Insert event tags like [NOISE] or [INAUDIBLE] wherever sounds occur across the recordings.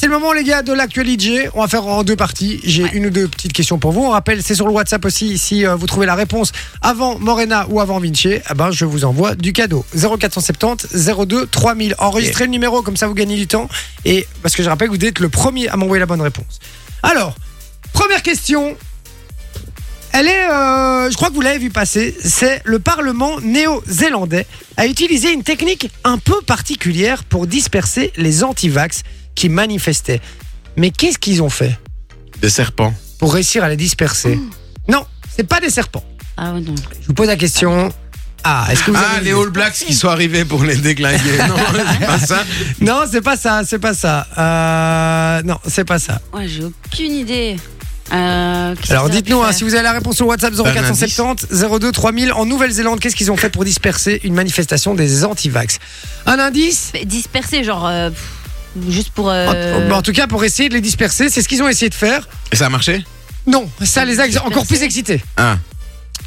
C'est le moment, les gars, de l'actualité. On va faire en deux parties. J'ai une ou deux petites questions pour vous. On rappelle, c'est sur le WhatsApp aussi. Si euh, vous trouvez la réponse avant Morena ou avant Vinci, eh ben, je vous envoie du cadeau. 0470 02 3000. Enregistrez le numéro, comme ça vous gagnez du temps. Et parce que je rappelle que vous êtes le premier à m'envoyer la bonne réponse. Alors, première question. Elle est, euh, je crois que vous l'avez vu passer, c'est le Parlement néo-zélandais a utilisé une technique un peu particulière pour disperser les anti-vax qui manifestaient. Mais qu'est-ce qu'ils ont fait Des serpents. pour réussir à les disperser Non, c'est pas des serpents. Ah ouais, non. Je vous pose la question. Ah, est-ce que vous Ah, avez les All Blacks qui sont arrivés pour [LAUGHS] les déglinguer. non, c'est pas ça. Non, c'est pas ça, c'est pas ça. Euh, Non, c'est pas ça. Ouais, j'ai aucune idée. Euh, qu'est-ce Alors qu'ils auraient dites-nous pu hein, faire si vous avez la réponse au WhatsApp un 0470 02 3000 en Nouvelle-Zélande, qu'est-ce qu'ils ont fait pour disperser une manifestation des anti-vax Un indice Mais Disperser, genre. euh, pff, juste pour. euh, Oh, bah, En- En tout cas, pour essayer de les disperser, c'est ce qu'ils ont essayé de faire. Et ça a marché Non, ça les a ex- Disperser. encore plus excités. Ah,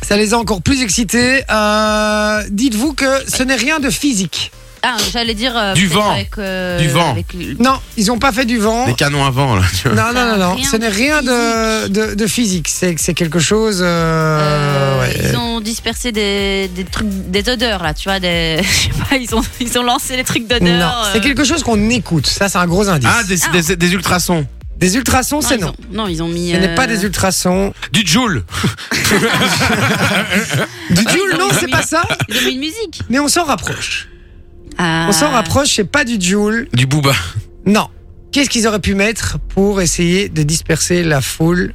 Ça les a encore plus excités. Euh, dites-vous que ce n'est rien de physique. Ah, j'allais dire. euh, Du peut-être vent. Avec, euh, Du vent. avec le- Non, ils n'ont pas fait du vent. des canons avant, là. tu vois. Non, non, non, non. Rien ce n'est de rien de, de, de physique. C'est c'est quelque chose. euh, euh, ouais. Ils ont dispersé des, des trucs, des odeurs là, tu vois, des, [LAUGHS] je sais pas, ils ont, ils ont lancé les trucs d'odeur. Non, euh. c'est quelque chose qu'on écoute. Ça, c'est un gros indice. Ah, des, des- des ultrasons. des ultrasons, c'est ils non. ont- non, ils ont mis. Ce n'est pas euh, des ultrasons. Du Joule. Du Ah, Joule, ils non, ont c'est mis- pas ça. Ils ont mis une musique. Mais on s'en rapproche. Ah. On s'en rapproche, c'est pas du Joule. Du Booba. [LAUGHS] Non. Qu'est-ce qu'ils auraient pu mettre pour essayer de disperser la [LAUGHS] foule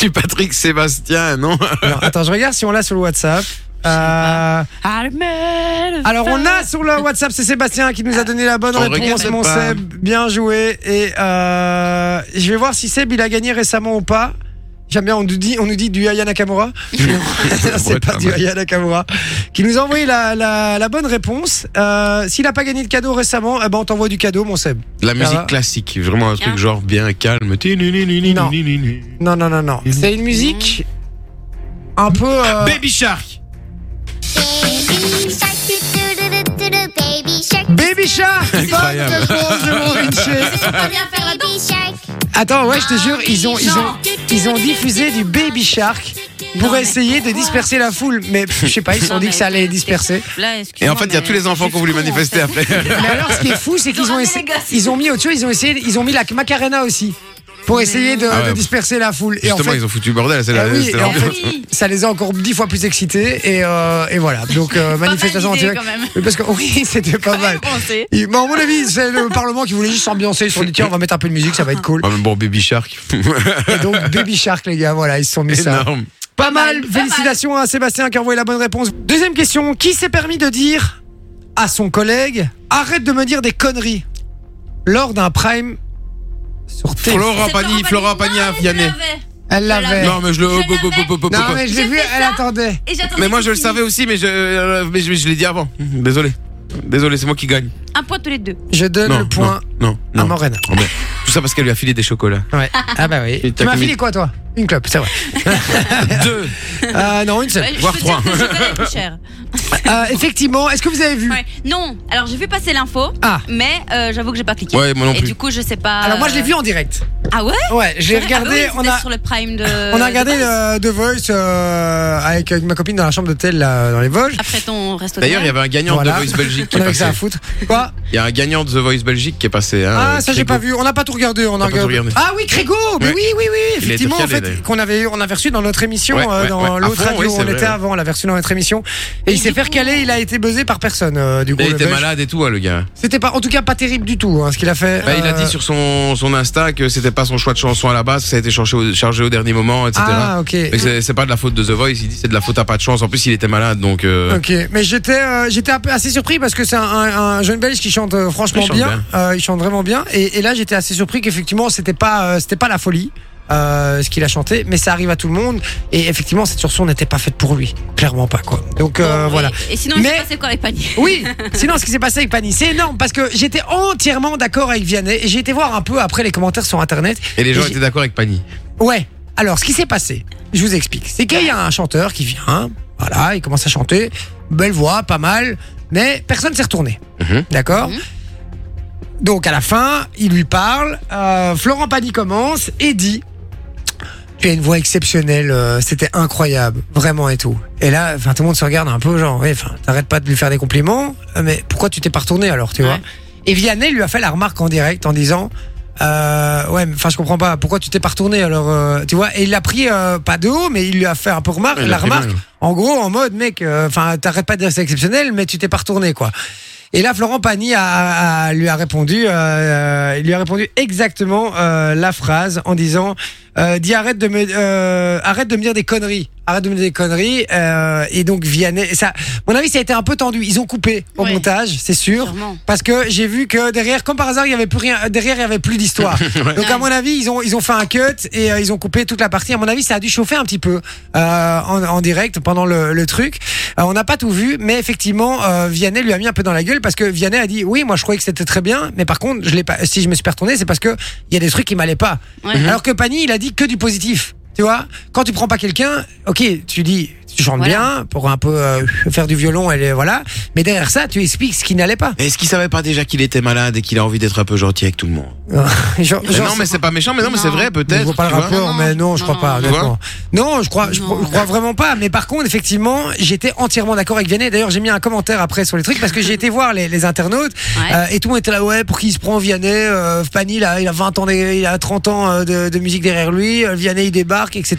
Du Patrick Sébastien, non [LAUGHS] Alors, Attends, je regarde si on l'a sur le WhatsApp. Euh, Ah, Armel. alors on a sur le WhatsApp, c'est Sébastien qui nous a donné la bonne On réponse, regarde mon pas. Seb. Bien joué. Et euh, je vais voir si Seb il a gagné récemment ou pas. J'aime bien, on nous dit, on nous dit du Aya [LAUGHS] Nakamura. Ça pourrait c'est être pas pas du mal. Aya Nakamura. Qui nous a envoyé la, la, la bonne réponse. Euh, S'il a pas gagné de cadeau récemment, eh ben on t'envoie du cadeau, mon Seb. De la Ça va musique classique. Vraiment un truc Ah. genre bien calme. Non. Non, non, non, non. C'est une musique un peu. euh, Ah, Baby Shark. Baby shark, do do do do do, baby shark. Baby Shark Bonne Incroyable. réponse de mon Vinci. Baby shark. Attends, ouais, je te jure, ils ont, ils ont, ils ont diffusé du Baby Shark pour Non, mais essayer de pourquoi disperser la foule. Mais pff, je sais pas, ils se sont Non, dit que mais ça allait les t'es- disperser. Là, Et excuse-moi, en fait, il y a mais tous les enfants c'est qui ont voulu fou, en manifester fait. après. Mais alors, ce qui est fou, c'est qu'ils ont essayé, ils ont mis au-dessus, ils ont essayé, ils ont mis la Macarena aussi pour essayer de, Ah ouais. de disperser la foule. [LAUGHS] Et en [LAUGHS] Justement, fait, ils ont foutu le bordel. C'est la- hein. Ah oui, c'est et la- en fait- Oui. ça les a encore dix fois plus excités et, euh, et voilà. Donc euh, [LAUGHS] Pas mal manifestation d'idées, anti quand même. Parce que oui, [LAUGHS] c'était pas Quand même mal. pensé. Il- Mais à mon avis, c'est le Parlement qui voulait juste s'ambiancer. Ils se sont dit tiens, on va mettre un peu de musique, ça va être cool. Ah, mais bon, Baby Shark. [LAUGHS] Et donc Baby Shark, les gars, voilà, ils se sont mis ça. Énorme. Pas mal, mal, pas félicitations à Sébastien qui a envoyé la bonne réponse. Deuxième question, qui s'est permis de dire à son collègue arrête de me dire des conneries lors d'un prime sur TF1 Flora C'est Pagny, Flora Florent Pagny Pagny. Non, je Vianney. l'avais. Elle l'avait. l'avais. Non, Non, mais je le. Je l'avais. pop, pop, pop, pop, pop. mais je J'ai l'ai vu, fait elle ça. attendait. Et j'attendais Mais moi, qu'il je le finisse. savais aussi, mais je, euh, mais je, je l'ai dit avant. Désolé. Désolé, c'est moi qui gagne. Un point tous les deux. Je donne Non, le point à non, non. non. Morena. Oh, mais Tout ça parce qu'elle lui a filé [LAUGHS] des chocolats. Ouais. Ah bah oui. Et Tu t'as m'as commis- filé quoi toi Une clope, c'est vrai. [LAUGHS] Deux. Ah Euh, non, une seule. Ouais, je Voire peux trois. dire que le chocolat est plus [LAUGHS] cher. Euh, effectivement, est-ce que vous avez vu Ouais. Non, alors j'ai vu passer l'info, Ah. mais euh, j'avoue que j'ai pas cliqué. Ouais, moi non Et plus. du coup, je sais pas. Alors moi je l'ai euh, vu en direct. Ah ouais Ouais, j'ai Ah oui, regardé, ils on étaient a sur le prime de. on a de regardé Paris. euh, The Voice euh, avec avec ma copine dans la chambre d'hôtel là, dans les Vosges. Après ton restaurant. D'ailleurs, il y avait un gagnant Voilà. de Ah, The Voice Belgique qui On est avait que ça passé. à foutre. Quoi Il y a un gagnant de The Voice Belgique qui est passé. hein, Ah, euh, ça Grégo. j'ai pas vu. On n'a pas tout regardé. On a T'as pas tout regardé. Ah oui, Crégo. Mais Ouais. oui, oui, oui. Il a été Effectivement, en regardé, fait, d'ailleurs. qu'on avait, on avait reçu dans notre émission, Ouais, euh, ouais, dans ouais. À l'autre fond, radio oui, où c'est on vrai, était ouais. avant, on l'avait reçu dans notre émission. Et, Et il s'est du fait coup- recaler. Il a été buzzé par personne. euh, du coup, Il le était Belge. malade et tout, hein, le gars. C'était pas, en tout cas, pas terrible du tout. hein, ce qu'il a fait. Bah, Il a Euh, dit sur son, son Insta que c'était pas son choix de chanson à la base, que ça a été chargé au, chargé au dernier moment, etc. Ah ok. Mais c'est- c'est pas de la faute de The Voice, il dit c'est de la faute à pas de chance. En plus, il était malade, donc. euh, Ok, mais j'étais euh, j'étais un peu assez surpris parce que c'est un, un- un jeune Belge qui chante euh, franchement Il chante bien, bien. Euh, il chante vraiment bien et, et là j'étais assez surpris qu'effectivement c'était pas euh, c'était pas la folie euh, ce qu'il a chanté, mais ça arrive à tout le monde et effectivement cette chanson n'était pas faite pour lui, clairement pas quoi. Donc euh, Bon, oui. voilà. Et sinon, il Mais- s'est passé quoi avec [LAUGHS] Pagny Oui, sinon ce qui s'est passé avec Pani, c'est énorme parce que j'étais entièrement d'accord avec Vianney et j'ai été voir un peu après les commentaires sur internet Et les gens Et j'ai- étaient d'accord avec Pani. Ouais. Alors, ce qui s'est passé, je vous explique. C'est qu'il y a un chanteur qui vient, voilà, il commence à chanter, belle voix, pas mal, mais personne s'est retourné. Mhm. D'accord Donc à la fin, il lui parle. euh, Florent Pagny commence et dit Tu as une voix exceptionnelle, euh, c'était incroyable, vraiment et tout. Et là, enfin, tout le monde se regarde un peu, genre, ouais, enfin, t'arrêtes pas de lui faire des compliments, euh, mais pourquoi tu t'es pas retourné alors, tu vois Ouais. Et Vianney lui a fait la remarque en direct en disant euh, Ouais, mais enfin, je comprends pas, pourquoi tu t'es pas retourné alors, euh, tu vois Et il l'a pris euh, pas de haut, mais il lui a fait un peu remarque, Il la a pris remarque. mal. En gros, en mode, mec, euh, enfin, t'arrêtes pas de dire c'est exceptionnel, mais tu t'es pas retourné, quoi. Et là, Florent Pagny a, a- a- lui a répondu, euh, euh, il lui a répondu exactement euh, la phrase en disant, euh, dis arrête de me, euh, arrête de me dire des conneries, arrête de me dire des conneries. euh, et donc Vianney, ça, à mon avis, ça a été un peu tendu. Ils ont coupé au Ouais. montage, c'est sûr, Sûrement. parce que j'ai vu que derrière, comme par hasard, il y avait plus rien, euh, derrière, il y avait plus d'histoire. Donc à Ouais. mon avis, ils ont ils ont fait un cut et euh, ils ont coupé toute la partie. À mon avis, ça a dû chauffer un petit peu euh, en, en direct pendant le, le truc. Euh, on n'a pas tout vu, mais effectivement, euh, Vianney lui a mis un peu dans la gueule parce que Vianney a dit oui, moi je croyais que c'était très bien, mais par contre, je l'ai pas. Si je me suis pas retourné, c'est parce que il y a des trucs qui m'allaient pas. Ouais. Mm-hmm. Alors que Pani, il a dit que du positif. Tu vois, quand tu prends pas quelqu'un, ok, tu dis, tu chantes Voilà. bien pour un peu euh, faire du violon et les- voilà, mais derrière ça, tu expliques ce qui n'allait pas. Est-ce qu'il savait pas déjà qu'il était malade et qu'il a envie d'être un peu gentil avec tout le monde Genre- Mais genre, Non, mais c'est pas méchant, mais non, mais Non. c'est vrai, Je peut-être. vois pas le hein. tu vois. rapport, Non, mais non, je non, crois pas. non. honnêtement. Non, je crois, je, Non. je crois vraiment pas. Mais par contre, effectivement, j'étais entièrement d'accord avec Vianney. D'ailleurs, j'ai mis un commentaire après sur les trucs parce que j'ai été [LAUGHS] voir les, les internautes Ouais. euh, et tout le monde était là. Ouais, pour qui il se prend Vianney euh, Fanny, là, il a 20 ans, des- il a 30 ans euh, de, de musique derrière lui. euh, Vianney, il débarque, etc.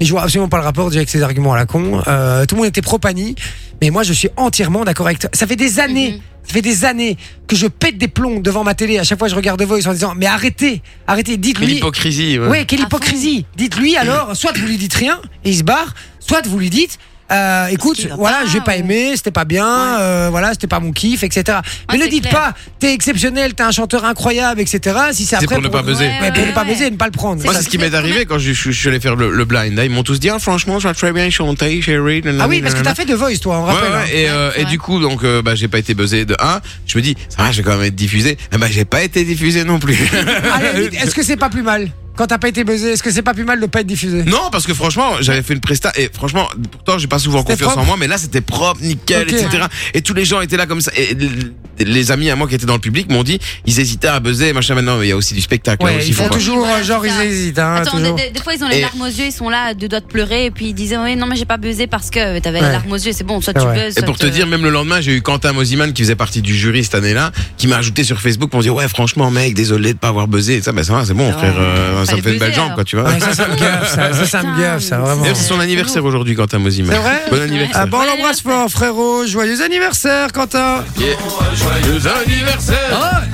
Et je vois absolument pas le rapport déjà avec ses arguments à la con. Euh, tout le monde était pro Pani, mais moi, je suis entièrement d'accord avec toi. Ça fait des années. Mhm. Ça fait des années que je pète des plombs devant ma télé. À chaque fois, je regarde Voice en disant Mais arrêtez, arrêtez, Quelle dites-lui. hypocrisie. ouais. Ouais, quelle À hypocrisie Dites-lui alors, soit vous lui dites rien et il se barre, soit vous lui dites. euh, écoute, qu'il va voilà, pas, j'ai pas ou- aimé, c'était pas bien, Ouais. euh, voilà, c'était pas mon kiff, etc. Mais Ouais, ne c'est dites clair. pas, t'es exceptionnel, t'es un chanteur incroyable, etc. Si c'est C'est après pour ne pas buzzer. Ouais, Ouais, pour ne pas ouais. baiser et ne pas le prendre. Moi, Ça, c'est ce qui m'est c'est- arrivé quand je, je- je suis allé faire le, le blind. hein. Ils m'ont tous dit, ah, franchement, je vais très bien chanter, chérie. Ah oui, parce que t'as nanana. fait de voice, toi, on rappelle. Ouais, ouais, hein. et, euh, Ouais, c'est et vrai. du coup, donc, euh, bah, j'ai pas été buzzé de 1. Je me dis, ça va, je vais quand même être diffusé. Eh ben, j'ai pas été diffusé non plus. [LAUGHS] À la limite, Est-ce que c'est pas plus mal quand t'as pas été buzzé Est-ce que c'est pas plus mal de pas être diffusé non, parce que franchement, j'avais fait une presta. Et franchement, pourtant, j'ai pas souvent C'était confiance en propre. moi, mais là, c'était propre, nickel, Ok. etc. Et tous les gens étaient là comme ça. Et l- les amis à moi qui étaient dans le public m'ont dit, ils hésitaient à buzzer, machin. Maintenant, il y a aussi du spectacle. là Ouais, aussi, ils faut font pas- toujours, euh, Voilà, genre, c'est ils ça. hésitent. hein, Attends, toujours. des, des- des fois ils ont les Et- larmes aux yeux, ils sont là à deux doigts de pleurer et puis ils disent ouais non mais j'ai pas buzzé parce que t'avais Ouais. les larmes aux yeux, c'est bon, soit tu Ouais. buzzes. Et soit pour te euh, dire, même le lendemain, j'ai eu Quentin Mosiman qui faisait partie du jury cette année-là, qui m'a ajouté sur Facebook pour me dire ouais franchement mec, désolé de pas avoir buzzé. Et ça, ben ça va, c'est bon Ouais. frère, euh, ça me Fallait fait une belle buzzer, jambe quoi, tu vois. Ouais, ça, ça me gaffe, ça, ça, ça me Putain, gaffe, ça, mais vraiment. D'ailleurs, c'est son anniversaire aujourd'hui, Quentin Mosiman. C'est vrai Bon anniversaire. Ah, bon, on Bon l'embrasse anniversaire. fort, frérot. Joyeux anniversaire, Quentin. Joyeux anniversaire.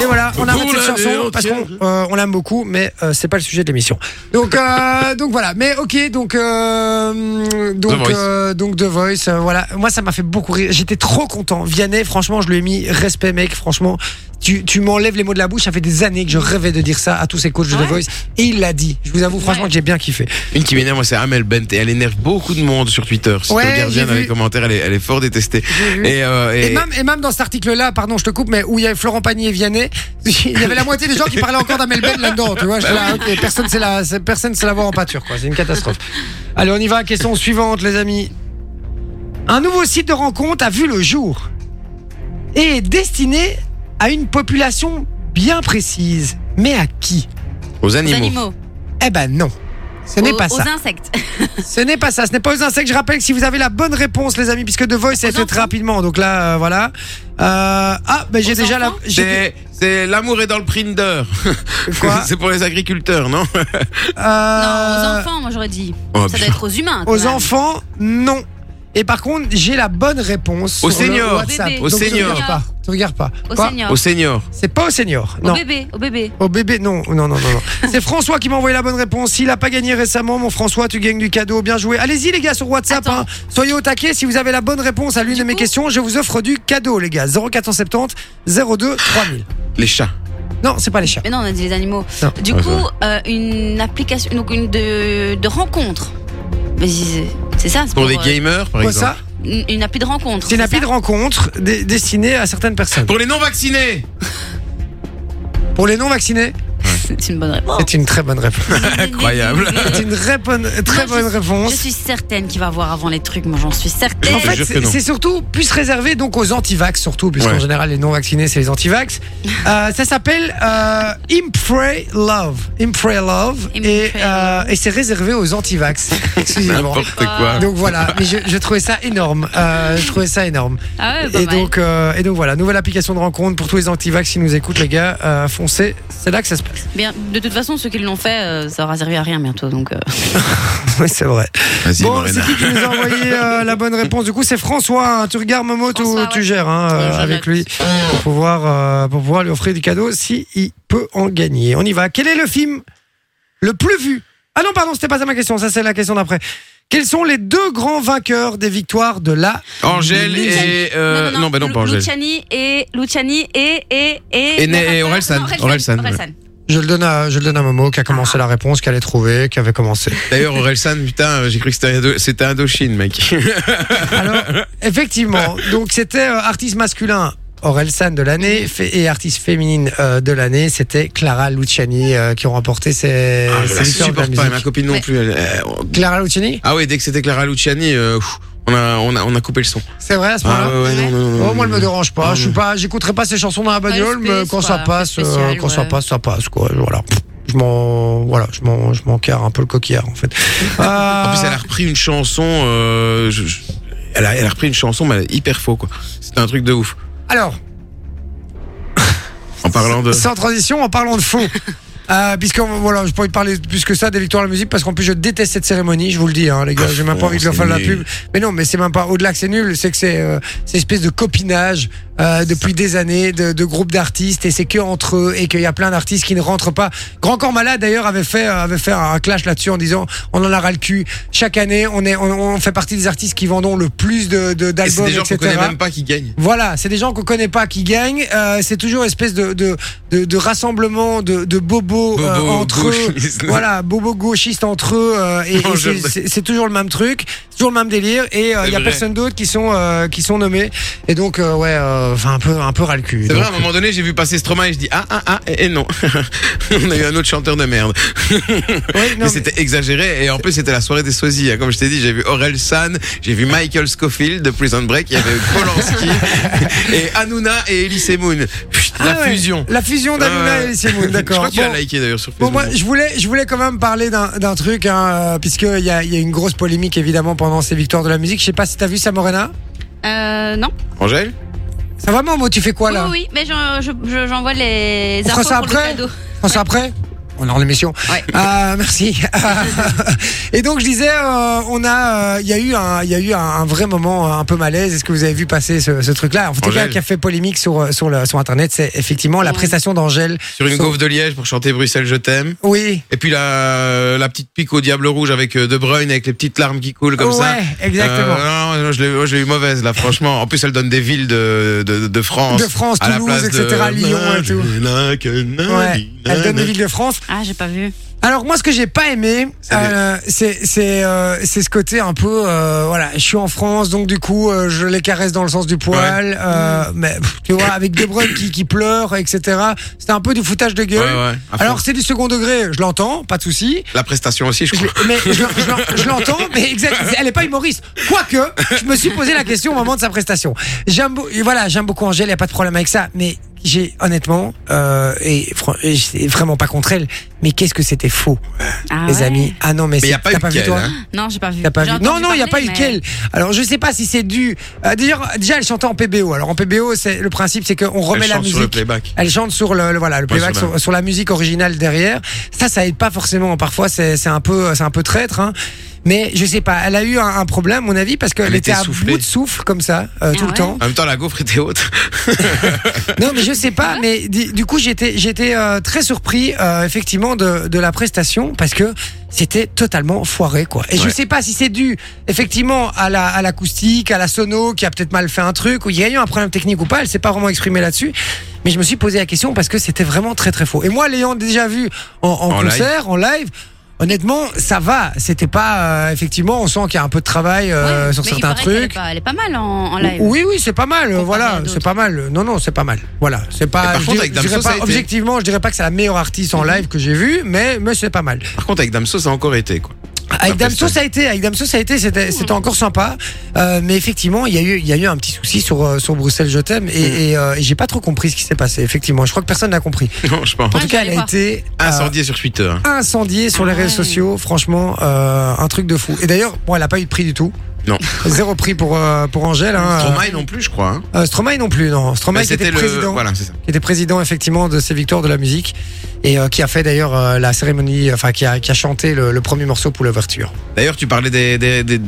Et voilà, on arrête Ah, Pour cette l'année chanson parce qu'on entière. euh, on l'aime beaucoup, mais euh, c'est pas le sujet de l'émission. Donc, euh, [LAUGHS] donc voilà. Mais ok, donc euh, The donc Voice. euh, donc The Voice. euh, voilà, moi ça m'a fait beaucoup rire. J'étais trop content. Vianney, franchement, je lui ai mis respect, mec. Franchement, tu tu m'enlèves les mots de la bouche. Ça fait des années que je rêvais de dire ça à tous ces coachs de Ouais. The Voice, et il l'a dit. Je vous avoue, franchement, Ouais. que j'ai bien kiffé. Une qui m'énerve, moi, c'est Amel Bent et elle énerve beaucoup de monde sur Twitter. Si Ouais, tu regardes j'ai bien dans vu. les commentaires, elle est, elle est fort détestée. Et, euh, Et même, et même dans cet article-là, pardon, je te coupe, mais où il y avait Florent Pagny et Vianney, [LAUGHS] il y avait la moitié des gens qui parlaient encore d'Amel Ben là-dedans, tu vois. j'étais là, ok, personne sait la, c'est- personne sait la voir en pâture, quoi. C'est une catastrophe. Allez, on y va. Question suivante, les amis. Un nouveau site de rencontre a vu le jour et est destiné à une population bien précise. Mais à qui aux aux animaux. animaux. Eh ben non. Ce n'est Aux- pas ça. Aux insectes. Ce n'est pas ça, ce n'est pas aux insectes. Je rappelle que si vous avez la bonne réponse, les amis, puisque The Voice a été enfants très rapidement, donc là, euh, voilà. Euh, ah, ben j'ai Aux déjà la. enfants j'ai- C'est c'est l'amour est dans le printer. Quoi [LAUGHS] c'est pour les agriculteurs, non Euh, Non, aux enfants, moi j'aurais dit. Oh, ça putain. doit être aux humains. quand Aux même. enfants, non. Et par contre, j'ai la bonne réponse. Aux sur le seniors. WhatsApp. Au bébé. Donc, Aux tu seniors. regardes pas. Tu regardes pas. Aux Quoi seniors. Aux seniors. C'est pas aux seniors. Au Non. bébé, au bébé. Au Oh, bébé, non, non, non, non. [LAUGHS] non. C'est François qui m'a envoyé la bonne réponse. S'il a pas gagné récemment, mon François, tu gagnes du cadeau. Bien joué. Allez-y, les gars, sur WhatsApp. Attends. hein. Soyez au taquet. Si vous avez la bonne réponse à l'une de mes coup questions, je vous offre du cadeau, les gars. 0470 02 3000. Les chats. Non, c'est pas les chats. Mais non, on a dit les animaux. Non. Ah, Du Ouais, coup, euh, une application, donc une de, de rencontre. Mais c'est c'est ça, c'est Pour les euh, gamers, par Quoi exemple. Oh, ça une, une appli de rencontre. C'est une appli ça de rencontre dé- destinée à certaines personnes. Pour les non vaccinés. Pour les non vaccinés C'est une bonne réponse. C'est une très bonne [LAUGHS] réponse. [LAUGHS] Incroyable. C'est une très bonne, très Moi, bonne Je réponse. suis certaine qu'il va voir avant les trucs, moi j'en suis certaine. En Je te fait, jure que c'est non. c'est surtout plus réservé donc aux anti-vax, surtout, puisqu'en Ouais. général, les non-vaccinés, c'est les [LAUGHS] anti-vax. Euh, ça s'appelle euh, Impray Love. Impray Love. Et, Impray euh, et c'est réservé aux [LAUGHS] anti-vax. Excusez-moi. N'importe quoi. Donc voilà, mais je, je trouvais ça énorme. Euh, je trouvais ça énorme. Ah ouais, pas Et mal. donc, euh, et donc voilà, nouvelle application de rencontre pour tous les anti-vax qui nous écoutent, les gars. Euh, foncez, c'est là que ça se passe. [LAUGHS] Bien, de toute façon, ceux qui l'ont fait, euh, ça aura servi à rien bientôt. Donc, euh, Oui, c'est vrai. Vas-y, Bon, c'est Morena. qui qui nous [LAUGHS] a envoyé euh, la bonne réponse Du coup, c'est François. hein. Tu regardes Momo, tu, François, tu ouais. gères hein, euh, Je note. avec lui pour pouvoir, euh, pour pouvoir lui offrir du cadeau si il peut en gagner. On y va. Quel est le film le plus vu Ah non, pardon, c'était pas ça ma question. Ça, c'est la question d'après. Quels sont les deux grands vainqueurs des victoires de la Angèle et. euh, Non, bah non, Lu- pas Angèle. Luciani et. Luciani et. Et. Et. Et Ne- et non, Orelsan. non, Orelsan, ouais. Orelsan. Je le donne à, je le donne à Momo qui a Ah. commencé la réponse, qui allait trouver, qui avait commencé. D'ailleurs, Orelsan, putain, j'ai cru que c'était Indo- c'était [LAUGHS] Indochine, mec. [LAUGHS] Alors, effectivement, donc c'était euh, artiste masculin. Orelsan de Mhm. l'année fé- et artiste féminine euh, de l'année, c'était Clara Luciani euh, qui ont remporté ses, Ah, je ses victoires de la la supporte pas, et ma musique. copine non Ouais. plus. elle- elle- on- Clara Luciani Ah oui, dès que c'était Clara Luciani, euh, pff, on, a, on, a, on a coupé le son. C'est vrai à ce Ah moment-là ouais, ouais, non, non, non, non, Oh, moi, elle me non. dérange pas. Ah, Je suis pas, j'écouterai pas ses chansons dans la bagnole, Respect, mais quand c'est ça pas passe, euh, spécial, quand ça ouais. passe, ça passe quoi. Voilà. Je m'en, voilà, je m'en, je m'en carre un peu le coquillard en fait. Euh, [LAUGHS] En plus, elle a repris une chanson. euh, je- je- elle, a, elle a repris une chanson, mais hyper faux, quoi. C'était un truc de ouf. Euh, alors, En parlant de. Sans transition, en parlant de [LAUGHS] faux. Euh, puisque voilà, je pourrais parler plus que ça des victoires de la musique parce qu'en plus je déteste cette cérémonie, je vous le dis, hein, les gars, j'ai même pas Oh, envie de leur c'est faire de la nul. pub. Mais non, mais c'est même pas au-delà que c'est nul, c'est que c'est euh, cette espèce de copinage euh, depuis des années de, de groupes d'artistes et c'est que entre eux et qu'il y a plein d'artistes qui ne rentrent pas. Grand Corps Malade d'ailleurs avait fait euh, avait fait un clash là-dessus en disant on en a ras le cul. Chaque année, on est on, on fait partie des artistes qui vendons le plus de de- Et c'est d'albums, des gens etc. qu'on connaît même pas qui gagnent. Voilà, c'est des gens qu'on connaît pas qui gagnent. Euh, c'est toujours une espèce de, de, de, de rassemblement de, de bobos euh, Bobo, entre gauchiste. eux. [LAUGHS] Voilà, bobos gauchistes entre eux. euh, et et Non, c'est- je- c'est c'est toujours le même truc, c'est toujours le même délire. Et il C'est y a vrai. personne d'autre qui sont euh, qui sont nommés. Et donc euh, ouais, euh, enfin un peu un peu ras le cul. C'est Donc, vrai, à un moment donné, j'ai vu passer Stromae et je dis Ah, ah, ah, et, et non. [LAUGHS] on a eu un autre chanteur de merde. [LAUGHS] ouais, non, mais c'était exagéré. Et en plus, c'était la soirée des sosies. hein. Comme je t'ai dit, j'ai vu Aurel San, j'ai vu Michael Scofield de Prison Break, il y avait [LAUGHS] Polanski, et Hanouna et Elise Moon. Pfft, Ah la ouais, fusion. La fusion d'Anouna Ouais. et Elise Moon, [LAUGHS] Je d'accord. crois que tu Bon. as liké d'ailleurs sur Bon, Facebook. moi, je voulais, je voulais quand même parler d'un d'un truc, hein, euh, puisqu'il y a, il y a une grosse polémique évidemment pendant ces victoires de la musique. Je sais pas si t'as vu ça, Morena. Euh, non. Angèle Ça va, Momo Tu fais quoi là Oui, oui, oui, mais j'en- je- je- j'envoie les On fera infos ça pour le après cadeau. On sait après on est en émission. Ouais. Euh, merci. [LAUGHS] et donc je disais, euh, on a, euh, il y a eu un, il y a eu un, un vrai moment euh, un peu malaise. Est-ce que vous avez vu passer ce, ce truc-là En tout cas, Angèle. qui a fait polémique sur euh, sur le sur internet, c'est effectivement la Ouais. prestation d'Angèle. Sur une Sur- gaufre de Liège pour chanter Bruxelles, je t'aime. Oui. Et puis la, la petite pique au Diable Rouge avec euh, De Bruyne, avec les petites larmes qui coulent comme ouais, ça. exactement. Euh, non, non, je l'ai- moi, je l'ai eu mauvaise là, franchement. En plus, elle donne des villes de, de, de France. De France, à la Toulouse, place de- etc., Lyon et tout. Nanana, que nanana, Ouais. Elle donne des villes de France. Ah, j'ai pas vu. Alors moi, ce que j'ai pas aimé, C'est euh, c'est c'est euh, c'est ce côté un peu, euh, voilà, je suis en France, donc du coup, euh, je les caresse dans le sens du poil, euh, mais pff, tu vois, avec des brunes qui, qui pleurent, etc. C'était un peu du foutage de Ouais, gueule. ouais, à fond. Alors c'est du second degré, je l'entends, pas de souci. la prestation aussi, je Je crois. l'ai- mais je, l'en- je l'en- je l'entends, mais exact, elle est pas humoriste. Quoique, je me suis posé la question au moment de sa prestation. J'aime beau- et voilà, j'aime beaucoup Angèle, y a pas de problème avec ça, mais j'ai honnêtement euh, et, fran- et c'est vraiment pas contre elle, mais qu'est-ce que c'était faux, Ah, les ouais. amis. Ah non, mais, Mais c'est- y a pas t'as eu pas vu qu'elle, toi. hein. Non, j'ai pas vu. T'as pas J'ai vu entendu Non, non, il n'y a pas parler, eu mais- qu'elle. Alors, je sais pas si c'est dû. euh, D'ailleurs, déjà, elle chantait en PBO. Alors, en PBO, c'est le principe, c'est qu'on remet Elle la chante sur le musique. playback. Elle chante sur le, le- voilà le playback, sur la- sur, sur la musique originale derrière. Ça, ça aide pas forcément. Parfois, c'est c'est un peu c'est un peu traître. Hein. Mais je sais pas. Elle a eu un, un problème, à mon avis, parce qu'elle Elle était, était à soufflée. bout de souffle comme ça euh, Ah tout le ouais. temps. En même temps, la gaufre était haute. Non, mais je sais Ah. pas. Mais di- du coup, j'étais j'étais euh, très surpris euh, effectivement de, de la prestation parce que c'était totalement foiré quoi. Et je Ouais. sais pas si c'est dû effectivement à la à l'acoustique, à la sono qui a peut-être mal fait un truc ou il y a eu un problème technique ou pas. Elle s'est pas vraiment exprimée là-dessus. Mais je me suis posé la question parce que c'était vraiment très très faux. Et moi, l'ayant déjà vu en, en En concert, en live. Honnêtement, ça va. C'était pas. euh, effectivement, on sent qu'il y a un peu de travail euh, Ouais, sur mais il certains paraît qu'elle est trucs. pas- Elle est pas mal en, en live. Oui, oui, c'est pas mal. Comparé à Voilà, d'autres. c'est pas mal. Non, non, c'est pas mal. Voilà, c'est Et pas. par je contre, dirais- avec je dirais Damso, pas- ça a été- Mhm. objectivement, je dirais pas que c'est la meilleure artiste en live que j'ai vue, mais, mais c'est pas mal. Par contre, avec Damso, ça a encore été, quoi. [LAUGHS] Avec Damso, Personne. ça a été. Avec Damso, ça a été. Mhm. C'était, c'était encore sympa. Euh, mais effectivement, il y a eu, il y a eu un petit souci sur euh, sur Bruxelles, je t'aime. Mhm. Et, et, euh, et j'ai pas trop compris ce qui s'est passé. Effectivement, je crois que personne n'a compris. Non, je pense. En Ouais, tout cas, elle j'allais a voir. été euh, Incendié sur Twitter. hein. incendiée sur les Ah réseaux ouais. sociaux. Franchement, euh, un truc de fou. Et d'ailleurs, bon, elle a pas eu de prix du tout. Non. Zéro prix pour euh, pour Angèle. Hein. Stromae non plus, je crois. hein. Euh, Stromae non plus, non. Stromae Mais qui était C'était le. président, Voilà, c'est ça. qui était président effectivement de ces victoires de la musique et euh, qui a fait d'ailleurs euh, la cérémonie, enfin qui a, qui a chanté le, le premier morceau pour l'ouverture. D'ailleurs, tu parlais des, des- des-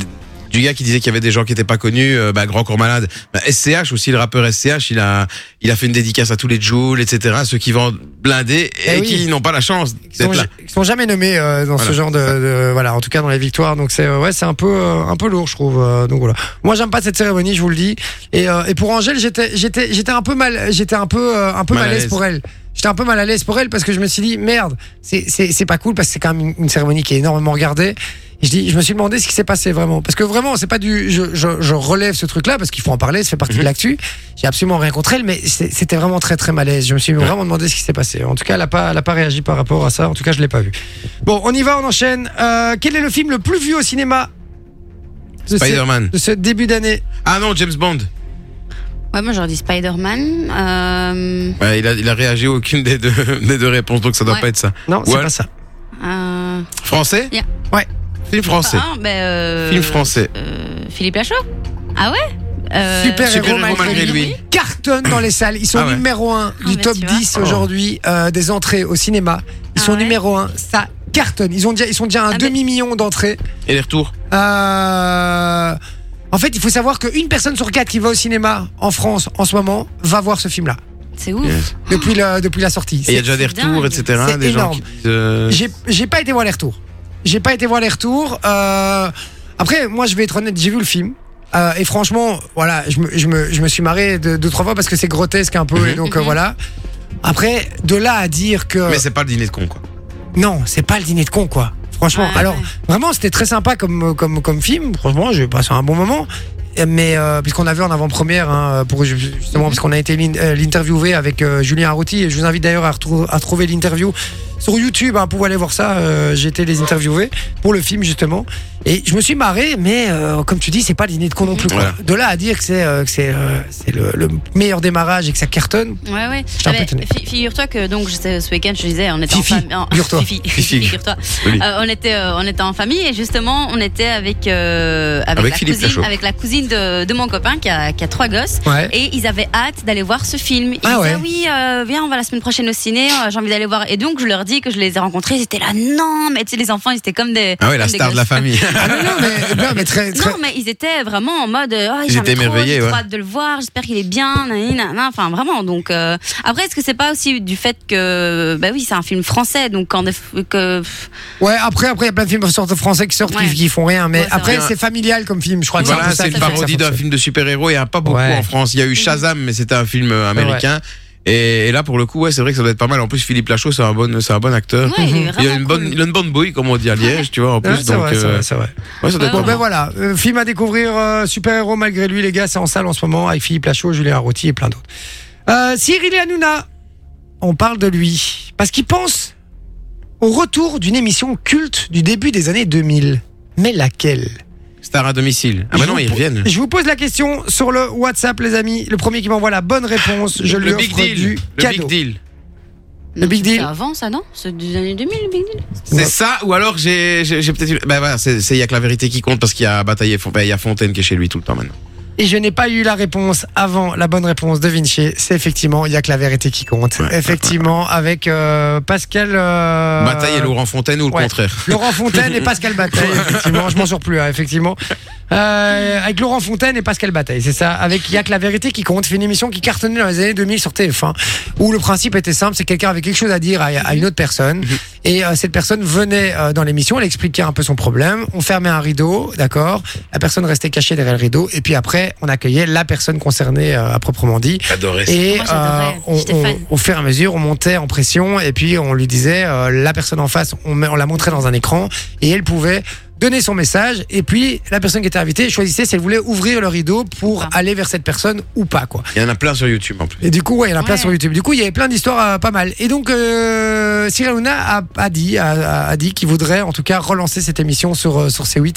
du gars qui disait qu'il y avait des gens qui n'étaient pas connus, euh, bah, Grand Corps Malade. Bah, SCH aussi, le rappeur SCH, il a, il a fait une dédicace à tous les Jules, etc., ceux qui vendent blindés et, Eh oui. qui n'ont pas la chance Ils sont, d'être là. ja- ils sont jamais nommés euh, dans Voilà. ce genre de, de- voilà, en tout cas dans les victoires. Donc c'est euh, ouais, c'est un peu euh, un peu lourd, je trouve. euh, donc voilà. Moi, j'aime pas cette cérémonie, je vous le dis. Et, euh, et pour Angèle, j'étais j'étais j'étais un peu mal, j'étais un peu euh, un peu Mal mal à à l'aise l'aise. pour elle. J'étais un peu mal à l'aise pour elle parce que je me suis dit merde, c'est c'est c'est pas cool parce que c'est quand même une, une cérémonie qui est énormément regardée. Et Je dis, je me suis demandé ce qui s'est passé vraiment, parce que vraiment, c'est pas du, je, je, je relève ce truc-là parce qu'il faut en parler, ça fait Mhm. partie de l'actu. J'ai absolument rien contre elle, mais c'est- c'était vraiment très très malaise. Je me suis vraiment demandé ce qui s'est passé. En tout cas, elle a pas, elle a pas réagi par rapport à ça. En tout cas, je l'ai pas vu. Bon, on y va, on enchaîne. Euh, quel est le film le plus vu au cinéma de, ce- Spider-Man. de ce début d'année Ah non, James Bond. Ouais, moi j'aurais dit Spider-Man. Euh, Ouais, Bah, il, a, il a réagi à aucune des deux, [LAUGHS] des deux réponses, donc ça doit Ouais. pas être ça. Non, c'est Ouais. pas ça. euh, Français Yeah. Ouais. Film français. ah, ben, euh, Film français. euh, Philippe Lachaud Ah ouais Euh, Super Super héros héros malgré lui. Cartonne dans les salles. Ils sont Ah ouais. numéro 1 Ah, du bah, top tu vois. 10 aujourd'hui euh, des entrées au cinéma. Ils Ah sont ouais. numéro 1. Ça cartonne. Ils, ont déjà, ils sont déjà à un Ah, mais- demi-million d'entrées. Et les retours Euh, En fait, il faut savoir qu'une personne sur quatre qui va au cinéma en France en ce moment va voir ce film-là C'est ouf. Yes. depuis, la- depuis la sortie. Et il y a C'est- déjà des c'est retours, dingue. etc. C'est des gens énorme. qui. euh, J'ai j'ai pas été voir les retours. J'ai pas été voir les retours. Euh, Après, moi, je vais être honnête, j'ai vu le film. Euh, et franchement, voilà, je me, je me, je me suis marré de- deux, trois fois parce que c'est grotesque un peu. Mhm. Et donc, euh, voilà. Après, de là à dire que. Mais c'est pas le dîner de con, quoi. Euh, Non, c'est pas le dîner de con, quoi. Franchement, Ouais, alors ouais. vraiment, c'était très sympa comme, euh, comme, comme film. Franchement, j'ai passé un bon moment. Mais euh, puisqu'on avait en avant-première, hein, pour justement parce qu'on a été l'in- euh, l'interviewer avec euh, Julien Arrouti, et je vous invite d'ailleurs à, retrou- à trouver l'interview sur YouTube. Hein, pour aller voir ça, euh, j'ai été les interviewer pour le film justement. Et je me suis marré, mais euh, comme tu dis, c'est pas le dîner de con non plus. quoi. Voilà. De là à dire que c'est euh, que c'est euh, c'est le, le meilleur démarrage et que ça cartonne, Ouais, ouais. J'étais un peu Ah ben, étonné. fi- Figure-toi que donc j'étais ce week-end, je disais, on était Fifi, en famille. en- figure-toi. Fifi, Fifi. figure-toi. Oui. Euh, on était, euh, on était en famille et justement, on était avec euh, avec, Avec la Philippe cousine, Lachaud. avec la cousine de, de mon copain qui a, qui a trois gosses. Ouais. Et ils avaient hâte d'aller voir ce film. Ils Ah disaient, ouais. oui, euh, viens, on va la semaine prochaine au ciné. euh, J'ai envie d'aller voir. Et donc, je leur dis que je les ai rencontrés. Ils étaient là, non, mais tu sais, les enfants, ils étaient comme des. Ah ouais, la comme des star de la gosses. [LAUGHS] famille. Ah non, non, mais, non, mais très, très- Non, mais ils étaient vraiment en mode. euh, Oh, Ils j'aime étaient trop, émerveillés, J'ai ouais. trop hâte de le voir. J'espère qu'il est bien. Nanani, nanana. Enfin, vraiment. Donc euh, après, est-ce que c'est pas aussi du fait que, bah oui, c'est un film français, donc quand des f- que pff, Ouais, après, après, il y a plein de films qui sortent français qui sortent, qui- Ouais. qui, font rien. Mais Ouais, c'est après, vrai. c'est familial comme film. Je crois que c'est un Voilà, peu Ah, ça c'est qui une fait que ça parodie d'un fonctionne. film de super-héros. Il n'y en a pas beaucoup Ouais. en France. Mhm. Il y a eu Shazam, mais c'était un film euh, américain. Et, et là, pour le coup, ouais, c'est vrai que ça doit être pas mal. En plus, Philippe Lachaud, c'est un bon, c'est un bon acteur. ouais, il est Il vraiment a une cool. bonne, il a une bonne bouille, comme on dit à Liège, tu vois, en plus. Ouais, c'est donc, vrai, c'est euh, vrai, c'est vrai. ouais, ça doit être Bon, pas ben mal. voilà, euh, film à découvrir, euh, super-héros malgré lui, les gars, c'est en salle en ce moment avec Philippe Lachaud, Julien Arrouti et plein d'autres. Euh, Cyril et Hanouna, on parle de lui parce qu'il pense au retour d'une émission culte du début des années 2000. Mais laquelle Star à domicile. Ah, bah Je non, vous ils po- reviennent. Je vous pose la question sur le WhatsApp, les amis. Le premier qui m'envoie la bonne réponse, je lui Le big offre du deal. Le cadeau. big deal. Le Big c'était Deal. avant ça, non C'est des années 2000, le Big Deal Ouais. C'est ça, ou alors j'ai, j'ai, j'ai peut-être eu- Bah voilà, c'est, c'est- il y a que la vérité qui compte parce qu'il y a Bataille et Fon- bah, il y a Fontaine qui est chez lui tout le temps maintenant. Et je n'ai pas eu la réponse avant la bonne réponse de Vinci. C'est effectivement, il y a que la vérité qui compte. Ouais. effectivement, avec euh, Pascal. euh, Bataille et Laurent Fontaine ou le ouais. contraire. Laurent Fontaine et Pascal Bataille, effectivement. Je m'en sors plus, hein, effectivement. euh, avec Laurent Fontaine et Pascal Bataille. C'est ça, avec Il y a que la vérité qui compte. Fait une émission qui cartonnait dans les années 2000 sur TF1, où le principe était simple, c'est quelqu'un avait quelque chose à dire à, à une autre personne. Et euh, cette personne venait euh, dans l'émission, elle expliquait un peu son problème, on fermait un rideau, d'accord La personne restait cachée derrière le rideau, et puis après, on accueillait la personne concernée euh, à proprement dit. J'adorais ça. Et euh, Moi, j'adorais. on, J'étais on- fan. au fur et à mesure, on montait en pression et puis on lui disait euh, la personne en face, on, met- on la montrait dans un écran et elle pouvait donner son message et puis la personne qui était invitée choisissait si elle voulait ouvrir le rideau pour Ah. aller vers cette personne ou pas quoi. Il y en a plein sur YouTube en plus. Et du coup, ouais, il y en a plein Ouais. sur YouTube. Du coup, il y avait plein d'histoires euh, pas mal. Et donc, euh, Cyril Hanouna a, a dit, a, a- a dit qu'il voudrait en tout cas relancer cette émission sur euh, sur C8.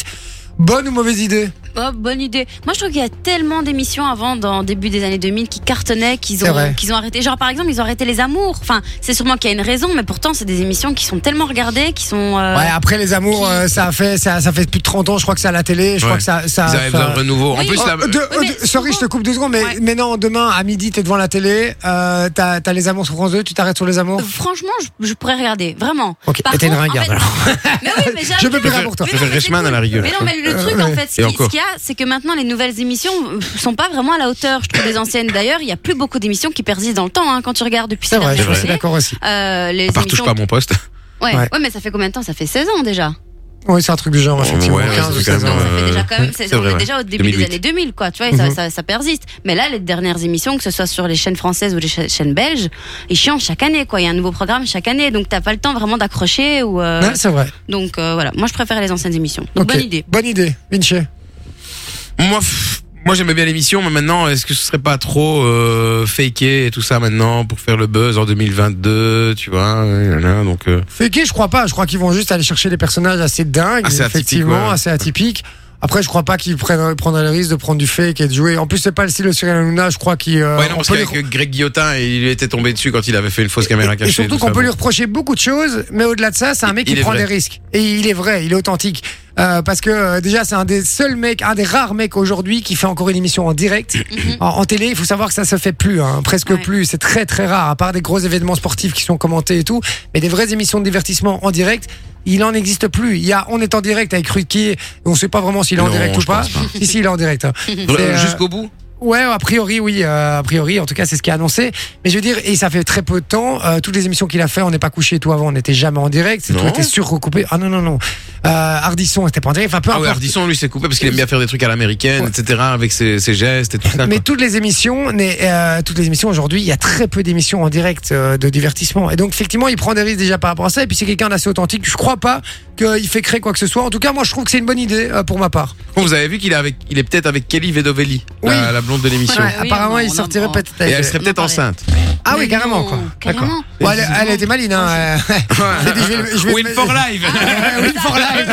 Bonne ou mauvaise idée Oh, bonne idée. Moi, je trouve qu'il y a tellement d'émissions avant, dans le début des années 2000, qui cartonnaient, qu'ils C'est vrai. ont, qu'ils ont arrêté. Genre, par exemple, ils ont arrêté Les Amours. Enfin, c'est sûrement qu'il y a une raison, mais pourtant, c'est des émissions qui sont tellement regardées, qui sont. euh, Ouais, après les amours, qui- euh, ça a fait ça, ça fait plus de 30 ans, je crois que c'est à la télé, je crois Ouais. que ça ça Ils avaient ça- besoin de renouveau. En Oui. plus, Oh, la- de- Oui, de- mais sorry, je te souvent- coupe deux secondes, mais, Ouais. mais non, demain à midi, t'es devant la télé, euh, t'as t'as les amours sur France 2, tu t'arrêtes sur les amours. Franchement, je, je pourrais regarder, vraiment. Ok, Par et t'es une contre, en ringarde fait- alors. [LAUGHS] Mais oui, mais j'ai Je peux arrêté. plus rien pour toi. Mais non, Je vais faire mais c'est Reichmann à la rigueur. Mais non, mais le truc, en fait, ce Et qui- encore. ce qu'il y a, c'est que maintenant, les nouvelles émissions euh, sont pas vraiment à la hauteur, je trouve, des anciennes. D'ailleurs, il y a plus beaucoup d'émissions qui persistent dans le temps, hein, quand tu regardes depuis C'est ces vrai, dernières je suis années. d'accord aussi. Euh, les à part touche émissions- pas à mon poste. [LAUGHS] ouais. Ouais. ouais, mais ça fait combien de temps Ça fait 16 ans déjà. Oui, c'est un truc du genre, Ouais, effectivement. ouais, 15 ou c'est quand 16 ans. même, Ça fait Euh, déjà quand même, c'est, c'est on vrai, est ouais. déjà au début 2008. des années 2000, quoi. Tu vois, et ça, Mhm. ça, ça persiste. Mais là, les dernières émissions, que ce soit sur les chaînes françaises ou les cha- chaînes belges, ils changent chaque année, quoi. Il y a un nouveau programme chaque année, donc t'as pas le temps vraiment d'accrocher ou. euh, Ouais, c'est vrai. donc euh, voilà, moi je préfère les anciennes émissions. Donc Ok. bonne idée. Bonne idée, Vinci. Moi, pff, moi j'aimais bien l'émission, mais maintenant, est-ce que ce serait pas trop euh, faké et tout ça maintenant pour faire le buzz en 2022, tu vois euh, voilà, Donc, euh, Féqué, je crois pas. Je crois qu'ils vont juste aller chercher des personnages assez dingues, Assez atypiques, effectivement, ouais. assez atypiques. Après, je crois pas qu'ils prennent, prendraient le risque de prendre du fake et de jouer. En plus, c'est pas le style de Cyril Hanouna, je crois qu'il. euh, ouais, non, on parce peut les- qu'avec Greg Guillotin, il lui était tombé dessus quand il avait fait une fausse caméra Et cachée. surtout tout qu'on ça, peut lui bon. reprocher beaucoup de choses, mais au-delà de ça, c'est un mec Il qui est prend vrai. des risques. Et il est vrai, il est authentique. Euh, parce que euh, déjà, c'est un des seuls mecs, un des rares mecs aujourd'hui qui fait encore une émission en direct. en, en télé, il faut savoir que ça se fait plus, hein, presque Ouais. plus. C'est très très rare, à part des gros événements sportifs qui sont commentés et tout. Mais des vraies émissions de divertissement en direct, il en existe plus. Il y a, on est en direct avec Ruki, on sait pas vraiment s'il est en Non, direct ou je pas. pense pas. Si, si, il est en direct. hein. Vra- c'est, euh, Jusqu'au bout Ouais, a priori, oui. euh, a priori, en tout cas, c'est ce qui est annoncé. Mais je veux dire, et ça fait très peu de temps. euh, toutes les émissions qu'il a fait, on n'est pas couché et tout avant, on n'était jamais en direct. c'est Tout Non. était surcoupé. Ah non, non, non. Euh, Ardisson, c'était pas en direct. Enfin, peu Ah ouais, importe. Ardisson, lui, s'est coupé parce qu'il aime bien faire des trucs à l'américaine, Ouais. etc., avec ses, ses gestes et tout ça. Mais quoi. toutes les émissions, n'est- euh, toutes les émissions aujourd'hui, il y a très peu d'émissions en direct euh, de divertissement. Et donc effectivement, il prend des risques déjà par rapport à ça. Et puis c'est quelqu'un d'assez authentique. Je crois pas qu'il fait créer quoi que ce soit. En tout cas, moi, je trouve que c'est une bonne idée euh, pour ma part. Bon, vous avez vu qu'il est, avec- il est peut-être avec Kelly Vedovelli, Oui. la, la blonde de l'émission. Ouais. Ouais, apparemment, on- il on en sortirait prend. peut-être. Et avec- elle serait peut-être On en enceinte. Ah Mais oui, carrément non, quoi. D'accord. carrément. Bon, elle, elle était maline. Hein. Elle dit, je vais le- je vais le- Win for [LAUGHS] life Win for [LAUGHS] life.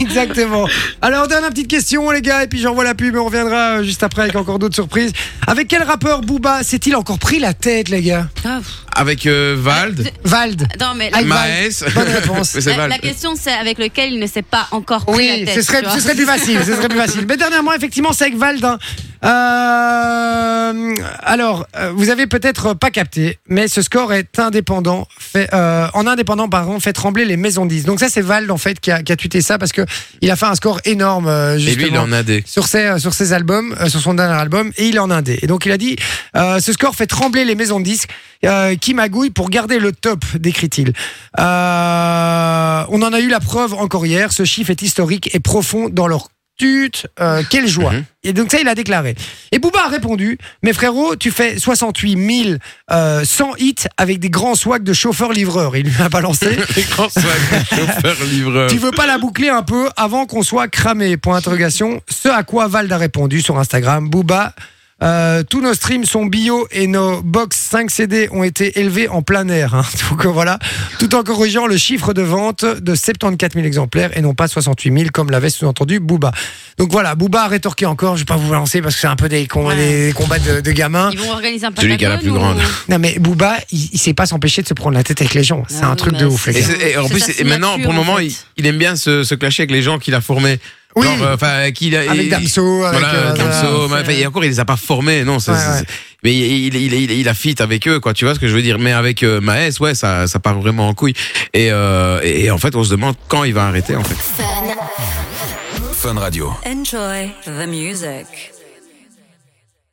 Exactement. Alors, dernière petite question, les gars, et puis j'envoie la pub et on reviendra euh, juste après avec encore d'autres surprises. Avec quel rappeur Booba s'est-il encore pris la tête, les gars Ah, pff. Avec euh, Vald, Vald. Non, mais Ah, la, Vald. Maes. Bonne réponse. Mais c'est la- Vald. la question c'est avec lequel il ne s'est pas encore pris Oui, la tête. ce serait, tu vois. ce serait plus facile, ce serait plus facile. Mais dernièrement, effectivement, c'est avec Vald. hein. Euh, alors, euh, vous avez peut-être pas capté, mais ce score est indépendant, fait, euh, en indépendant, pardon, fait trembler les maisons 10. Donc ça, c'est Vald, en fait, qui a, qui a tweeté ça parce que il a fait un score énorme, euh, Et justement lui, il en a [LAUGHS] des. sur ses, euh, sur ses albums, euh, sur son dernier album, et il est en indé. Et donc il a dit, euh, ce score fait trembler les maisons de disques euh, qui magouillent pour garder le top, décrit-il. Euh, on en a eu la preuve encore hier, ce chiffre est historique et profond dans leur tute, euh, quelle joie. Mhm. Et donc ça, il a déclaré. Et Booba a répondu, mais frérot, tu fais 68 000 euh, 100 hits avec des grands swags de chauffeur-livreur. Il lui a balancé. chauffeur-livreur. Tu veux pas la boucler un peu avant qu'on soit cramé Point interrogation. Ce à quoi Vald a répondu sur Instagram. Booba. euh, tous nos streams sont bio et nos box 5 CD ont été élevés en plein air. hein. [LAUGHS] Donc euh, voilà, tout en corrigeant le chiffre de vente de 74 000 exemplaires et non pas 68 000 comme l'avait sous-entendu Booba. Donc voilà, Booba a rétorqué encore. Je vais pas vous lancer parce que c'est un peu des, com- Ouais. des combats de, de gamins. Ils vont organiser un Celui qui a la plus Patagone grande. ou- Non mais Booba, il, il sait pas s'empêcher de se prendre la tête avec les gens. C'est Ah un oui, truc mais de ouf. les Et, gars. c'est- et en C'est plus, sa c'est- et maintenant, pour le signature, moment, en fait. il, il aime bien se, se clasher avec les gens qu'il a formés. Oui. Genre, euh, enfin, qui il a- Avec il- Damso, avec, voilà, euh, Damso, voilà. enfin, et encore, il les a pas formés, non. c'est- Ouais, c'est- ouais. c'est- Mais il, il, il, il- il a fit avec eux, quoi. Tu vois ce que je veux dire Mais avec euh, Maes, ouais, ça, ça part vraiment en couille. Et, euh, et, et en fait, on se demande quand il va arrêter, en fait. Fun. Fun Radio. Enjoy the music.